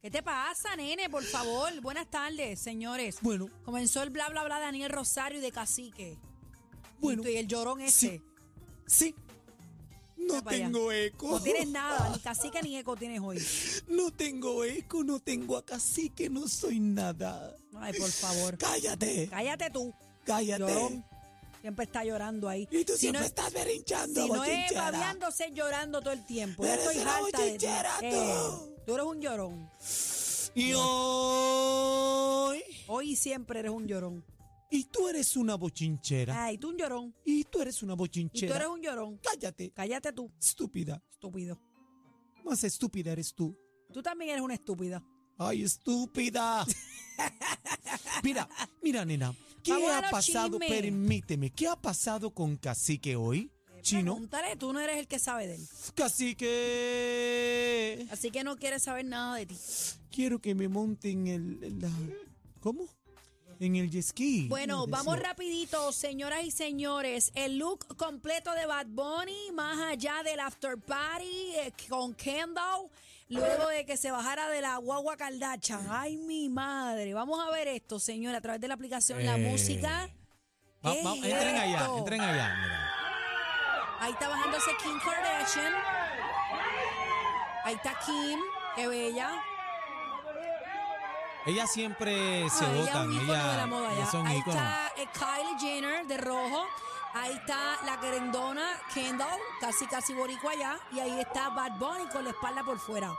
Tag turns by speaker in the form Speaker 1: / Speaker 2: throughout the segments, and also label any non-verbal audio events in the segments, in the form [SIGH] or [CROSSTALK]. Speaker 1: ¿Qué te pasa, nene? Por favor, buenas tardes, señores.
Speaker 2: Bueno,
Speaker 1: Comenzó el bla bla bla de Daniel Rosario y de Cacique.
Speaker 2: bueno,
Speaker 1: Y el llorón este.
Speaker 2: Sí. sí. No
Speaker 1: Ve pa' allá.
Speaker 2: tengo eco.
Speaker 1: Pues No tienes nada, ni cacique ni eco tienes hoy.
Speaker 2: [LAUGHS] No tengo eco, no tengo a cacique, no soy nada.
Speaker 1: Ay, por favor.
Speaker 2: Cállate,
Speaker 1: Cállate tú.
Speaker 2: cállate.
Speaker 1: Llorón. Siempre está llorando ahí.
Speaker 2: Y tú
Speaker 1: Si
Speaker 2: siempre
Speaker 1: no-
Speaker 2: estás berinchando,
Speaker 1: Si no es
Speaker 2: bochinchera.
Speaker 1: babeándose, llorando todo el tiempo. Yo
Speaker 2: Eres
Speaker 1: estoy
Speaker 2: una
Speaker 1: harta de ti. Eh,
Speaker 2: bochinchera, tú.
Speaker 1: tú eres un llorón.
Speaker 2: Y hoy...
Speaker 1: Hoy y siempre eres un llorón.
Speaker 2: Y tú eres una bochinchera.
Speaker 1: Ay, tú un llorón.
Speaker 2: Y tú eres una
Speaker 1: Ah. Y tú
Speaker 2: bochinchera.
Speaker 1: eres un llorón.
Speaker 2: Cállate,
Speaker 1: Cállate tú,
Speaker 2: estúpida.
Speaker 1: estúpido.
Speaker 2: Más estúpida eres tú.
Speaker 1: Tú también eres una estúpida.
Speaker 2: Ay,
Speaker 1: [LAUGHS]
Speaker 2: estúpida. mira, mira, nena. ¿Qué
Speaker 1: Vamos a
Speaker 2: ha
Speaker 1: los
Speaker 2: pasado?
Speaker 1: chismes.
Speaker 2: Permíteme, ¿qué ha pasado con cacique hoy?
Speaker 1: Eh,
Speaker 2: Chino.
Speaker 1: Pregúntale, tú no eres el que sabe de él.
Speaker 2: Cacique.
Speaker 1: Así que no quieres saber nada de ti.
Speaker 2: Quiero que me monten en el. la- ¿Cómo? En el jet ski.
Speaker 1: Bueno,
Speaker 2: Iba a
Speaker 1: vamos
Speaker 2: decir.
Speaker 1: rapidito, señoras y señores. El look completo de Bad Bunny, más allá del after party eh, con Kendall, luego de que se bajara de la guagua Kardashian. Ay, mi madre. Vamos a ver esto, señora, a través de la aplicación La
Speaker 2: Eh.
Speaker 1: Música.
Speaker 2: Va-
Speaker 1: ¿Qué
Speaker 2: va-
Speaker 1: es
Speaker 2: entren allá,
Speaker 1: esto?
Speaker 2: entren allá. mira.
Speaker 1: Ahí está bajándose Kim Kardashian. Ahí está Kim, qué bella.
Speaker 2: Ella siempre se
Speaker 1: Ah, ella es
Speaker 2: botan.
Speaker 1: un ícono de la moda
Speaker 2: ellas
Speaker 1: ya.
Speaker 2: son
Speaker 1: Ahí
Speaker 2: íconos.
Speaker 1: está eh, Kylie Jenner de rojo. Ahí está la querendona Kendall, casi casi boricua allá. Y ahí está Bad Bunny con la espalda por fuera.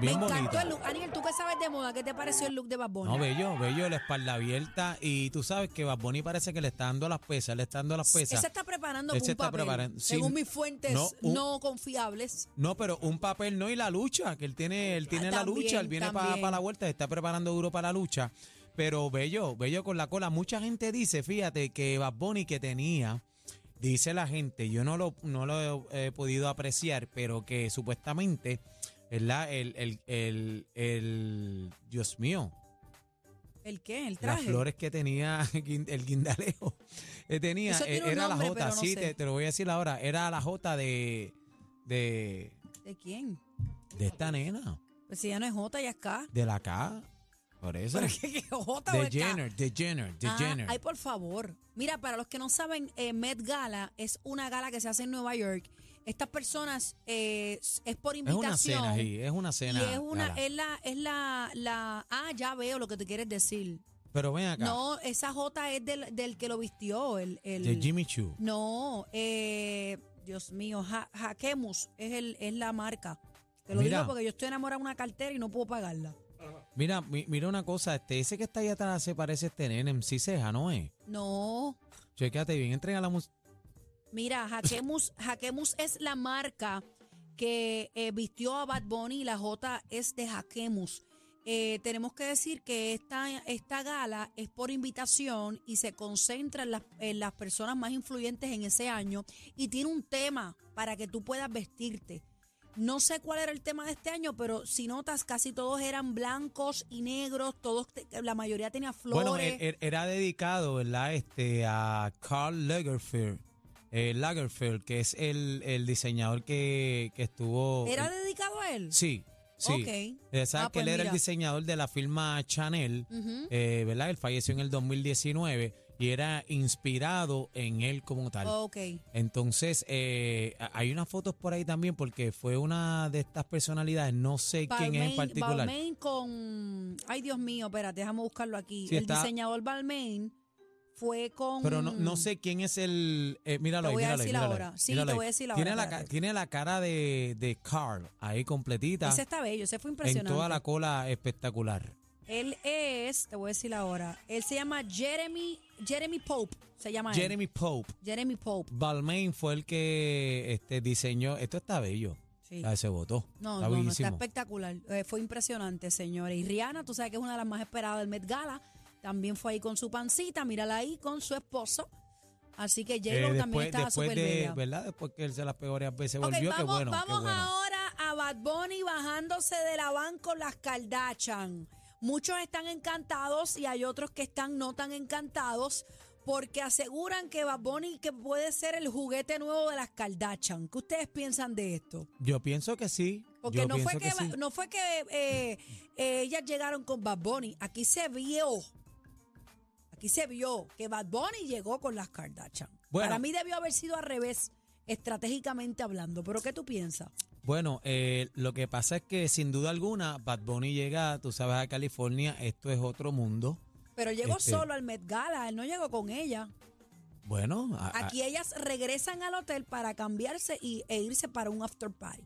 Speaker 2: Bien
Speaker 1: Me encantó
Speaker 2: bonito.
Speaker 1: el look. Aniel, ¿tú qué sabes de moda? ¿Qué te pareció el look de Bad Bunny?
Speaker 3: No, bello, bello, la espalda abierta. Y tú sabes que Bad Bunny parece que le está dando las pesas, le está dando las
Speaker 1: Él
Speaker 3: pesas.
Speaker 1: se está preparando
Speaker 3: Él
Speaker 1: para un
Speaker 3: se está
Speaker 1: papel.
Speaker 3: preparando, sí.
Speaker 1: Según mis fuentes
Speaker 3: No, un-
Speaker 1: no confiables.
Speaker 3: No, pero un papel no y la lucha, que él tiene, él tiene la
Speaker 1: también,
Speaker 3: lucha, él viene para
Speaker 1: también.
Speaker 3: la vuelta, se está preparando duro para la lucha. Pero bello, bello con la cola. Mucha gente dice, fíjate, que Bad Bunny que tenía, dice la gente, yo no lo, no lo he, he podido apreciar, pero que supuestamente, ¿verdad? El, el, el, el, Dios mío,
Speaker 1: ¿El qué? ¿El
Speaker 3: Las
Speaker 1: traje?
Speaker 3: flores que tenía [LAUGHS] guin- el guindalejo. eh, Tenía,
Speaker 1: Eso tiene
Speaker 3: eh,
Speaker 1: un
Speaker 3: era
Speaker 1: nombre,
Speaker 3: la jota,
Speaker 1: pero no
Speaker 3: sí,
Speaker 1: sé.
Speaker 3: te, te lo voy a decir ahora. Era la jota de, de,
Speaker 1: ¿De quién?
Speaker 3: de esta nena,
Speaker 1: Pues si ya no es J, ya es K.
Speaker 3: de la K. Por eso.
Speaker 1: ¿Pero qué, qué J o
Speaker 3: De
Speaker 1: es K?
Speaker 3: Jenner, de Jenner, de
Speaker 1: Ah,
Speaker 3: Jenner.
Speaker 1: Ay, por favor. Mira, para los que no saben, eh, Met Gala es una gala que se hace en Nueva York. Estas personas eh, es por
Speaker 3: es
Speaker 1: invitación.
Speaker 3: una cena, sí, es una
Speaker 1: y
Speaker 3: cena.
Speaker 1: es una,
Speaker 3: gala.
Speaker 1: es la, es la, la, ah, ya veo lo que te quieres decir.
Speaker 3: Pero ven acá,
Speaker 1: No, esa J es del, del que lo vistió, el, el-
Speaker 3: de Jimmy Choo.
Speaker 1: no, eh, Dios mío, Ja- Jaquemus es el, es la marca. Te lo
Speaker 3: Mira.
Speaker 1: digo porque yo estoy enamorada de una cartera y no puedo pagarla.
Speaker 3: Mira, mi- mira una cosa, este, ese que está ahí atrás se parece a este nene, MC Ceja, ¿no es?
Speaker 1: No,
Speaker 3: Chécate bien, entrega la música.
Speaker 1: Mira, Jaquemus, Jaquemus es la marca que eh, vistió a Bad Bunny y la J es de Jaquemus. Eh, tenemos que decir que esta, esta gala es por invitación y se concentra en las, en las personas más influyentes en ese año y tiene un tema para que tú puedas vestirte. No sé cuál era el tema de este año, pero si notas, casi todos eran blancos y negros, todos, te- la mayoría tenía flores.
Speaker 3: Bueno, er- er- era dedicado, ¿verdad? Este, a Karl Lagerfeld, eh, Lagerfeld, que es el, el diseñador que, que estuvo.
Speaker 1: ¿Era
Speaker 3: el-
Speaker 1: dedicado a él?
Speaker 3: eh, Sí, sí.
Speaker 1: Ok.
Speaker 3: Eh, Sabes
Speaker 1: Ah,
Speaker 3: que él
Speaker 1: pues
Speaker 3: era
Speaker 1: mira.
Speaker 3: el diseñador de la firma Chanel,
Speaker 1: Ujú.
Speaker 3: eh, ¿verdad? Él falleció en el 2019 y era inspirado en él como tal.
Speaker 1: Ok.
Speaker 3: Entonces, eh, a- hay unas fotos por ahí también porque fue una de estas personalidades, no sé quién es en
Speaker 1: Balmain-
Speaker 3: particular.
Speaker 1: Balmain con. Ay, Dios mío, espérate, déjame buscarlo aquí.
Speaker 3: Sí,
Speaker 1: el
Speaker 3: está-
Speaker 1: diseñador Balmain fue con...
Speaker 3: Pero no, no sé quién es el. eh, míralo
Speaker 1: Mm. Te
Speaker 3: ahí,
Speaker 1: voy a
Speaker 3: míralo ahí,
Speaker 1: decir
Speaker 3: míralo
Speaker 1: ahora.
Speaker 3: ahí,
Speaker 1: Sí,
Speaker 3: míralo
Speaker 1: te
Speaker 3: ahí.
Speaker 1: voy a decir
Speaker 3: tiene
Speaker 1: ahora,
Speaker 3: La, ca-
Speaker 1: espérate.
Speaker 3: tiene la cara de, de Carl ahí completita.
Speaker 1: Ese está bello, ese fue
Speaker 3: En
Speaker 1: impresionante.
Speaker 3: toda la cola espectacular.
Speaker 1: Él es, te voy a decir ahora, él se llama Jeremy, Jeremy Pope, se llama él.
Speaker 3: Jeremy Pope.
Speaker 1: Jeremy Pope.
Speaker 3: Balmain fue el que este, diseñó. Esto está bello.
Speaker 1: Sí.
Speaker 3: Ah, se votó.
Speaker 1: No, no,
Speaker 3: está
Speaker 1: no, está
Speaker 3: bellísimo.
Speaker 1: espectacular. Eh, fue impresionante, señores. Y Rihanna, tú sabes que es una de las más esperadas del Met Gala. También fue ahí con su pancita, mírala ahí con su esposo. Así que
Speaker 3: Eh,
Speaker 1: J-Lo también
Speaker 3: después,
Speaker 1: estaba
Speaker 3: después
Speaker 1: súper
Speaker 3: de,
Speaker 1: bella.
Speaker 3: ¿verdad? Después que él se las peores veces
Speaker 1: Ok,
Speaker 3: volvió, qué
Speaker 1: vamos,
Speaker 3: bueno, qué
Speaker 1: vamos
Speaker 3: bueno.
Speaker 1: ahora a Bad Bunny bajándose de la van con las Kardashian. Muchos están encantados y hay otros que están no tan encantados porque aseguran que Bad Bunny que puede ser el juguete nuevo de las Kardashian. ¿Qué ustedes piensan de esto?
Speaker 3: Yo pienso que sí.
Speaker 1: Porque
Speaker 3: yo
Speaker 1: no fue
Speaker 3: pienso
Speaker 1: que,
Speaker 3: que sí.
Speaker 1: Ba- no fue que eh, eh, ellas llegaron con Bad Bunny. Aquí se vio, aquí se vio que Bad Bunny llegó con las Kardashian.
Speaker 3: Bueno.
Speaker 1: Para mí debió haber sido al revés, estratégicamente hablando. ¿Pero qué tú piensas?
Speaker 3: Bueno, eh, lo que pasa es que sin duda alguna, Bad Bunny llega, tú sabes, a California, esto es otro mundo.
Speaker 1: Pero llegó
Speaker 3: Este-
Speaker 1: solo al Met Gala, él no llegó con ella.
Speaker 3: Bueno, a- a-
Speaker 1: Aquí ellas regresan al hotel para cambiarse y, e irse para un after party.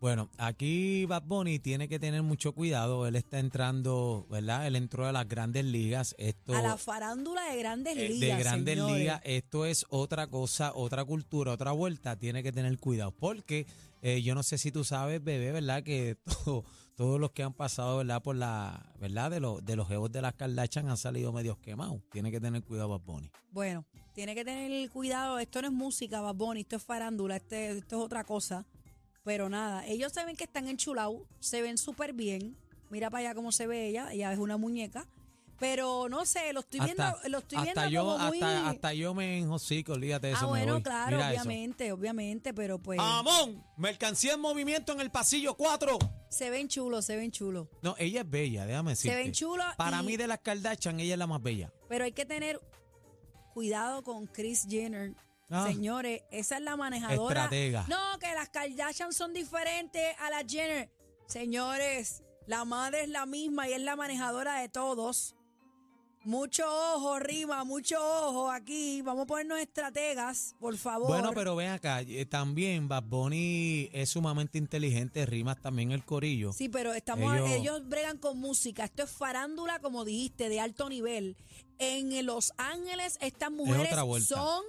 Speaker 3: bueno, aquí Bad Bunny tiene que tener mucho cuidado. Él está entrando, ¿verdad? Él entró a las grandes ligas. Esto
Speaker 1: a la farándula de grandes
Speaker 3: eh,
Speaker 1: ligas.
Speaker 3: de grandes
Speaker 1: señores.
Speaker 3: ligas, esto es otra cosa, otra cultura, otra vuelta. Tiene que tener cuidado porque eh, yo no sé si tú sabes, bebé, ¿verdad? Que [LAUGHS] todo- todos los que han pasado, ¿verdad? Por la, ¿verdad? De, los de los jevos de las Kardashian han salido medios quemados. Tiene que tener cuidado, Bad Bunny.
Speaker 1: Bueno, tiene que tener cuidado. Esto no es música, Bad Bunny, esto es farándula, este, esto es otra cosa. Pero nada, ellos saben que están enchulados, se ven súper bien. Mira para allá cómo se ve ella, ella es una muñeca. Pero no sé, lo estoy viendo, lo estoy
Speaker 3: hasta
Speaker 1: viendo
Speaker 3: yo,
Speaker 1: como muy...
Speaker 3: hasta, hasta yo me enjocico, olvídate de eso.
Speaker 1: ah,
Speaker 3: me
Speaker 1: bueno,
Speaker 3: voy.
Speaker 1: claro,
Speaker 3: Mira eso.
Speaker 1: obviamente, obviamente, pero pues
Speaker 3: ¡Amón! Mercancía en movimiento en el pasillo 4.
Speaker 1: se ven chulos, se ven chulos.
Speaker 3: No, ella es bella, déjame
Speaker 1: Se
Speaker 3: decirte.
Speaker 1: ven chulos
Speaker 3: Para
Speaker 1: y-
Speaker 3: mí, de las Kardashian, ella es la más bella.
Speaker 1: Pero hay que tener cuidado con Chris Jenner.
Speaker 3: Ah.
Speaker 1: Señores, esa es la manejadora.
Speaker 3: Estratega.
Speaker 1: No, que las Kardashian son diferentes a las Jenner. Señores, la madre es la misma y es la manejadora de todos. Mucho ojo, Rima, mucho ojo aquí. Vamos a ponernos estrategas, por favor.
Speaker 3: Bueno, pero ven acá, eh, también Bad Bunny es sumamente inteligente, rimas también el corillo.
Speaker 1: Sí, pero estamos ellos,
Speaker 3: Ellos-
Speaker 1: bregan con música. Esto es farándula, como dijiste, de alto nivel. En Los Ángeles estas mujeres
Speaker 3: otra vuelta.
Speaker 1: son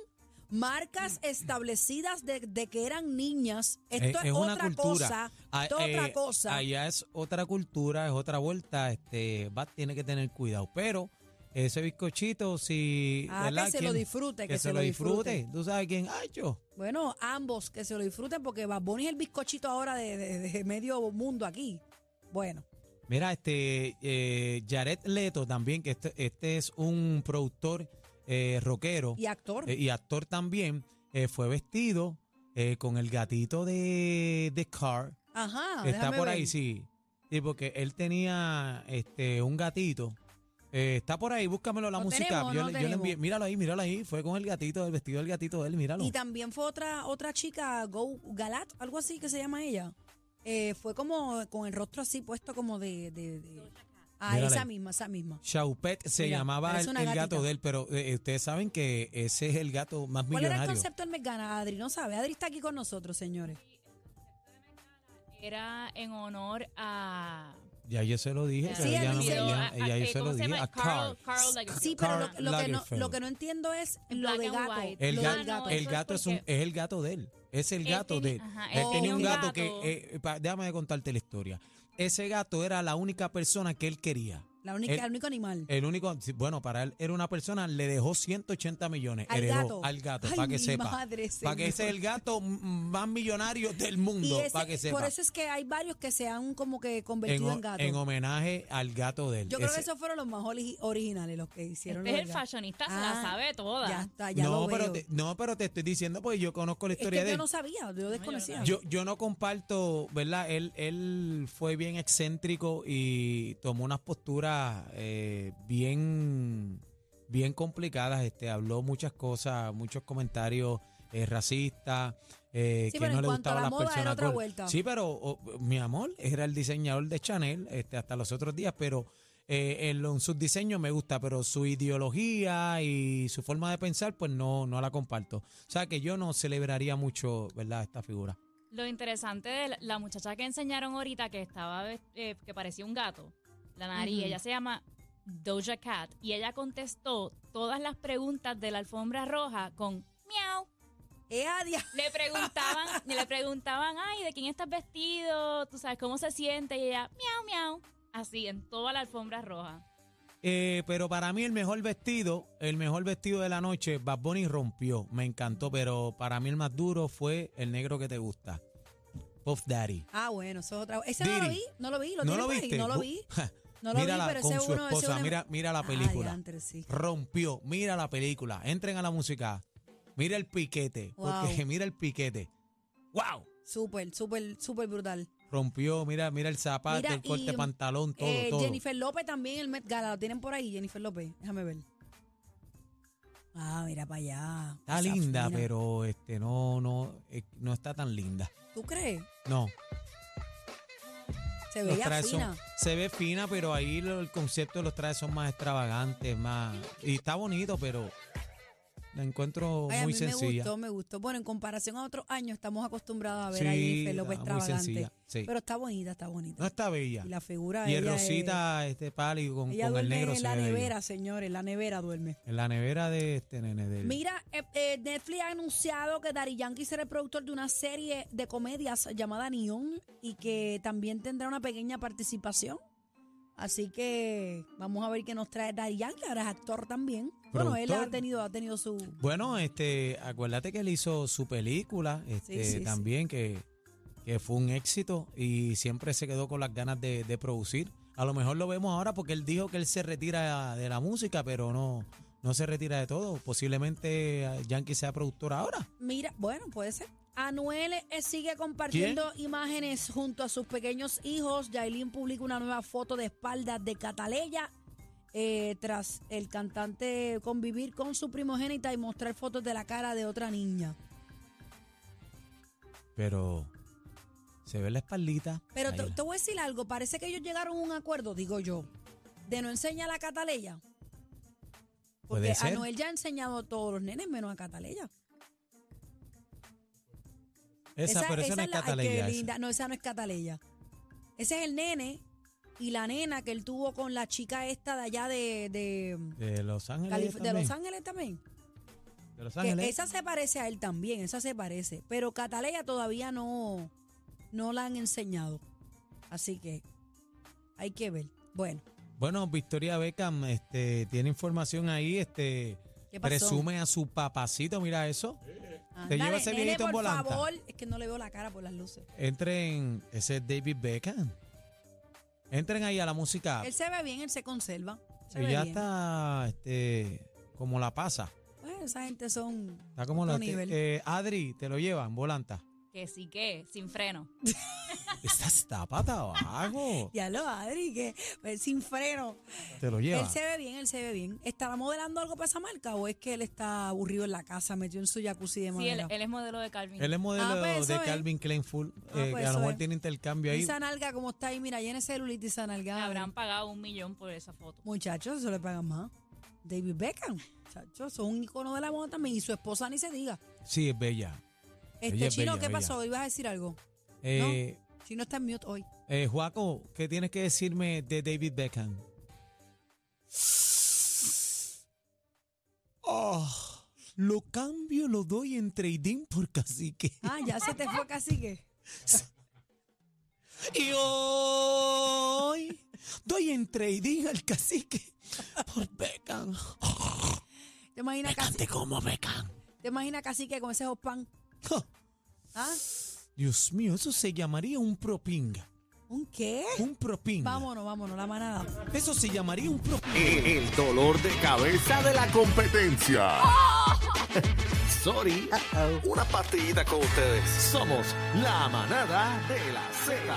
Speaker 1: marcas establecidas de, de que eran niñas. Esto es, otra cosa.
Speaker 3: Ah,
Speaker 1: Esto es otra
Speaker 3: eh,
Speaker 1: cosa.
Speaker 3: Allá es otra cultura, es otra vuelta. Este, Bad tiene que tener cuidado. Pero ese bizcochito, si.
Speaker 1: Ah,
Speaker 3: ¿verdad?
Speaker 1: que se lo disfrute,
Speaker 3: Que, se, lo disfrute. ¿Tú sabes quién? ¡Ay, yo!
Speaker 1: Bueno, ambos que se lo disfruten porque Bad Bunny es el bizcochito ahora de, de- de medio mundo aquí. Bueno,
Speaker 3: Mira, este eh, Jared Leto también, que este, este es un productor eh, rockero
Speaker 1: y actor.
Speaker 3: eh, y actor también, eh, fue vestido eh, con el gatito de, de Carr.
Speaker 1: Ajá.
Speaker 3: está
Speaker 1: Ah, déjame
Speaker 3: por
Speaker 1: ver.
Speaker 3: ahí, sí. Sí, porque él tenía este un gatito. Eh, está por ahí, búscamelo la
Speaker 1: Lo
Speaker 3: música.
Speaker 1: tenemos,
Speaker 3: yo,
Speaker 1: no
Speaker 3: le- yo le
Speaker 1: tenemos.
Speaker 3: envié, míralo ahí, míralo ahí. Fue con el gatito, el vestido del gatito de él, míralo.
Speaker 1: Y también fue otra otra chica, Go Galat, algo así que se llama ella. Eh, fue como con el rostro así puesto como de... de, de- Ah,
Speaker 3: Mírala
Speaker 1: esa
Speaker 3: ahí.
Speaker 1: misma, esa misma.
Speaker 3: Chaupet se
Speaker 1: Mira,
Speaker 3: llamaba el,
Speaker 1: parece una
Speaker 3: el
Speaker 1: gatita.
Speaker 3: gato de él, pero eh, ustedes saben que ese es el gato más
Speaker 1: ¿Cuál era el
Speaker 3: millonario.
Speaker 1: concepto del Megana, Adri? No sabe, Adri está aquí con nosotros, señores.
Speaker 4: era en honor a.
Speaker 3: Ya yo se lo dije,
Speaker 1: Sí,
Speaker 3: pero
Speaker 1: él
Speaker 3: ella no me
Speaker 1: dice-
Speaker 3: ella,
Speaker 4: a-
Speaker 3: ella
Speaker 4: eh,
Speaker 3: yo se
Speaker 4: ¿cómo
Speaker 3: lo dije.
Speaker 4: llama?
Speaker 3: A
Speaker 4: Carl,
Speaker 3: Carl.
Speaker 4: Carl
Speaker 3: Ah,
Speaker 4: Lagerfeld.
Speaker 1: Sí, pero
Speaker 3: Karl
Speaker 1: lo, lo que no,
Speaker 3: Lagerfeld.
Speaker 1: lo que no entiendo es lo
Speaker 4: Black
Speaker 1: de
Speaker 4: and
Speaker 1: gato.
Speaker 4: white.
Speaker 3: El,
Speaker 1: lo
Speaker 4: ga-
Speaker 1: del gato.
Speaker 4: no,
Speaker 3: el
Speaker 4: eso es
Speaker 3: gato es, un,
Speaker 4: porque-
Speaker 3: es el gato de él. Es el
Speaker 4: Él
Speaker 3: gato
Speaker 4: tiene-
Speaker 3: de él.
Speaker 4: ajá,
Speaker 3: él
Speaker 4: él
Speaker 3: tenía
Speaker 4: tenía
Speaker 3: un
Speaker 4: un
Speaker 3: gato, que...
Speaker 4: gato. Este
Speaker 3: eh, pa- déjame de contarte la historia. Ese gato era la única persona que él quería.
Speaker 1: la única,
Speaker 3: el-
Speaker 1: el único animal.
Speaker 3: El único, sí, bueno, para él era una persona, le dejó 180 millones.
Speaker 1: Al
Speaker 3: heredó
Speaker 1: gato.
Speaker 3: Al gato,
Speaker 1: Ay,
Speaker 3: para que
Speaker 1: mi
Speaker 3: sepa.
Speaker 1: madre,
Speaker 3: Para que ese es
Speaker 1: señor.
Speaker 3: el gato m- más millonario del
Speaker 1: Y
Speaker 3: mundo,
Speaker 1: ese- eh,
Speaker 3: para que sepa.
Speaker 1: por eso es que hay varios que se han como que
Speaker 3: en,
Speaker 1: convertido
Speaker 3: ho-
Speaker 1: en, gato.
Speaker 3: en homenaje al gato de él.
Speaker 1: Yo creo
Speaker 3: Ese-
Speaker 1: que esos fueron los más oli- originales, los que hicieron.
Speaker 4: Este es
Speaker 1: lo
Speaker 4: el
Speaker 1: del gato.
Speaker 4: fashionista, se la sabe toda.
Speaker 1: Ya está, ya
Speaker 3: no,
Speaker 1: lo
Speaker 3: pero
Speaker 1: veo.
Speaker 3: te, no, pero te estoy diciendo, pues yo conozco la
Speaker 1: Es
Speaker 3: historia
Speaker 1: que
Speaker 3: de
Speaker 1: yo
Speaker 3: él.
Speaker 1: no sabía, yo desconocía.
Speaker 3: Yo, yo no comparto, ¿verdad? Él, él fue bien excéntrico y tomó unas posturas eh, bien, bien complicadas. Este, habló muchas cosas, muchos comentarios eh, racistas, eh,
Speaker 1: Sí,
Speaker 3: que
Speaker 1: pero
Speaker 3: no
Speaker 1: en
Speaker 3: le
Speaker 1: cuanto a
Speaker 3: gustaban
Speaker 1: la
Speaker 3: las
Speaker 1: moda, era
Speaker 3: personas.
Speaker 1: otra
Speaker 3: gordas.
Speaker 1: vuelta.
Speaker 3: Sí, pero oh, mi amor, era el diseñador de Chanel este, hasta los otros días, pero eh, en, lo- en sus diseños me gusta, pero su ideología y su forma de pensar, pues no, no la comparto. O sea que yo no celebraría mucho, ¿verdad?, esta figura.
Speaker 4: Lo interesante de la, la muchacha que enseñaron ahorita que estaba vest- eh, que parecía un gato, la nariz,
Speaker 1: Ujú.
Speaker 4: ella se llama Doja Cat y ella contestó todas las preguntas de la alfombra roja con miau.
Speaker 1: Eh, adia-
Speaker 4: Le preguntaban, le preguntaban, "Ay, ¿de quién estás vestido? ¿Tú sabes cómo se siente?" Y ella, "Miau, miau." Así en toda la alfombra roja.
Speaker 3: Eh, pero para mí el mejor vestido, el mejor vestido de la noche, Bad Bunny rompió, me encantó, pero para mí el más duro fue el negro que te gusta, Puff Daddy.
Speaker 1: Ah, bueno, eso es otra. Ese no lo
Speaker 3: Didi.
Speaker 1: vi, no lo vi, lo
Speaker 3: ¿No
Speaker 1: tiene
Speaker 3: lo
Speaker 1: por ahí,
Speaker 3: viste?
Speaker 1: No lo
Speaker 3: Bu-
Speaker 1: vi.
Speaker 3: [LAUGHS] Ja,
Speaker 1: No lo vi,
Speaker 3: mírala
Speaker 1: pero
Speaker 3: con
Speaker 1: ese
Speaker 3: su
Speaker 1: uno- ese
Speaker 3: esposa,
Speaker 1: una-
Speaker 3: mira, mira la
Speaker 1: Ah,
Speaker 3: película.
Speaker 1: diantre, sí.
Speaker 3: rompió, mira la película, entren a la música, mira el piquete,
Speaker 1: Wow.
Speaker 3: porque [LAUGHS] mira el piquete. ¡Wow!
Speaker 1: Súper, súper, súper brutal.
Speaker 3: Rompió, mira, mira el zapato,
Speaker 1: Mira,
Speaker 3: el corte
Speaker 1: y, um,
Speaker 3: de pantalón, todo,
Speaker 1: Eh,
Speaker 3: todo.
Speaker 1: Jennifer López también, el Met Gala, lo tienen por ahí, Jennifer López. Déjame ver. Ah, mira para allá.
Speaker 3: Está
Speaker 1: Esa
Speaker 3: linda,
Speaker 1: fina.
Speaker 3: pero este no, no, eh, no está tan linda.
Speaker 1: ¿Tú crees?
Speaker 3: No.
Speaker 1: Se
Speaker 3: Los
Speaker 1: veía
Speaker 3: trajes son-
Speaker 1: fina.
Speaker 3: se ve fina, pero ahí lo- el concepto de los trajes son más extravagantes, más. Y está bonito, pero la encuentro
Speaker 1: Ay, a
Speaker 3: muy
Speaker 1: mí me
Speaker 3: sencilla.
Speaker 1: gustó, me gustó. Bueno, en comparación a otros años, estamos acostumbrados a ver a
Speaker 3: Sí,
Speaker 1: Jennifer López
Speaker 3: está muy
Speaker 1: extravagante.
Speaker 3: sencilla, sí.
Speaker 1: Pero está bonita, está bonita.
Speaker 3: No está bella.
Speaker 1: y la figura
Speaker 3: Y
Speaker 1: de
Speaker 3: el
Speaker 1: ella
Speaker 3: rosita, este pálido
Speaker 1: es-
Speaker 3: con,
Speaker 1: ella
Speaker 3: con el
Speaker 1: duerme
Speaker 3: negro
Speaker 1: en
Speaker 3: se
Speaker 1: la
Speaker 3: ve bello.
Speaker 1: nevera, señores, la nevera duerme.
Speaker 3: En la nevera de este nene del-
Speaker 1: Mira, eh, eh, Netflix ha anunciado que Daddy Yankee será el productor de una serie de comedias llamada Neon y que también tendrá una pequeña participación. Así que vamos a ver qué nos trae Daddy Yankee, ahora es actor también. Bueno, él
Speaker 3: Productor.
Speaker 1: ha tenido, ha tenido su...
Speaker 3: Bueno, este, acuérdate que él hizo su película, este,
Speaker 1: sí, sí.
Speaker 3: también que, que fue un éxito y siempre se quedó con las ganas de, de producir. A lo mejor lo vemos ahora porque él dijo que él se retira de la música, pero no, no se retira de todo. Posiblemente eh, Yankee sea productor ahora.
Speaker 1: Mira, bueno, puede ser. Anuel eh, sigue compartiendo imágenes junto a sus pequeños hijos. Yailin publica una nueva foto de espaldas de Cataleya eh, tras el cantante convivir con su primogénita y mostrar fotos de la cara de otra niña.
Speaker 3: Pero se ve la espaldita.
Speaker 1: Pero
Speaker 3: Ahí
Speaker 1: te,
Speaker 3: la-
Speaker 1: te voy a decir algo, parece que ellos llegaron a un acuerdo, digo yo, de no enseñar a Cataleya. Porque
Speaker 3: Puede ser.
Speaker 1: Anuel ya ha enseñado a todos los nenes menos a Cataleya.
Speaker 3: esa, pero esa, no es
Speaker 1: la- ay, qué
Speaker 3: Cataleya. esa.
Speaker 1: linda. No, esa no es Cataleya. Ese es el nene y la nena que él tuvo con la chica esta de allá de, de,
Speaker 3: De Los Ángeles.
Speaker 1: Calif- de
Speaker 3: también.
Speaker 1: Los Ángeles también.
Speaker 3: De Los
Speaker 1: Que
Speaker 3: Ángeles.
Speaker 1: esa se parece a él también, esa se parece. Pero Cataleya todavía no, no la han enseñado. Así que hay que ver. Bueno,
Speaker 3: Bueno, Victoria Beckham este, tiene información ahí, este,
Speaker 1: ¿Qué pasó?
Speaker 3: presume a su papacito, mira eso. Te
Speaker 1: ándale,
Speaker 3: lleva ese
Speaker 1: nene,
Speaker 3: vinito en
Speaker 1: por
Speaker 3: volanta.
Speaker 1: favor. Es que no le veo la cara por las luces.
Speaker 3: Entren, ese es David Beckham. Entren ahí a la música.
Speaker 1: Él se ve bien, él se conserva. Se ve
Speaker 3: Ella
Speaker 1: bien.
Speaker 3: Ah. está este, como la pasa.
Speaker 1: Bueno, esa gente son...
Speaker 3: Está como
Speaker 1: Otro
Speaker 3: la.
Speaker 1: nivel.
Speaker 3: eh, Adri, te lo llevan, volanta.
Speaker 4: Que sí que, sin freno.
Speaker 3: Esta está
Speaker 1: [LAUGHS]
Speaker 3: pata abajo.
Speaker 1: Ya lo, Adri, que eh, sin freno.
Speaker 3: Te lo llevan.
Speaker 1: Él se ve bien, él se ve bien. ¿Estará modelando algo para esa marca o es que él está aburrido en la casa, metió en su jacuzzi de
Speaker 4: Sí, él,
Speaker 1: madera?
Speaker 4: él es modelo de Calvin.
Speaker 3: Él es modelo
Speaker 1: Ah, pues, eso
Speaker 3: de
Speaker 1: es.
Speaker 3: Calvin Klein Full.
Speaker 1: Ah,
Speaker 3: eh,
Speaker 1: pues,
Speaker 3: que a
Speaker 1: eso
Speaker 3: lo mejor
Speaker 1: es.
Speaker 3: tiene intercambio
Speaker 1: Y
Speaker 3: ahí.
Speaker 1: esa nalga como está ahí, mira, llena de celulitis esa
Speaker 4: Le
Speaker 1: nalga.
Speaker 4: habrán pagado un millón por esa foto.
Speaker 1: Muchachos, eso le pagan más. David Beckham, muchachos, son un icono de la moda también y su esposa ni se diga.
Speaker 3: Sí, es bella.
Speaker 1: Este
Speaker 3: Ella es
Speaker 1: chino,
Speaker 3: bella,
Speaker 1: ¿qué
Speaker 3: bella.
Speaker 1: pasó? ¿Ibas a decir algo?
Speaker 3: Eh,
Speaker 1: Chino está en mute hoy.
Speaker 3: Eh, Juaco, ¿qué tienes que decirme de David Beckham? Oh, lo cambio, lo doy en trading por cacique.
Speaker 1: Ah, ya se te fue cacique.
Speaker 3: Y hoy doy en trading al cacique por Beckham.
Speaker 1: ¿Te imaginas cacique,
Speaker 3: Cante como Beckham.
Speaker 1: ¿te imaginas cacique con ese hopán?
Speaker 3: Oh,
Speaker 1: ¿Ah?
Speaker 3: Dios mío, eso se llamaría un propinga.
Speaker 1: ¿Un qué?
Speaker 3: Un propinga.
Speaker 1: Vámonos, vámonos, la manada.
Speaker 3: Eso se llamaría un propinga.
Speaker 5: El dolor de cabeza de la competencia. [LAUGHS] Sorry. Una partidita con ustedes. Somos la manada de la Z.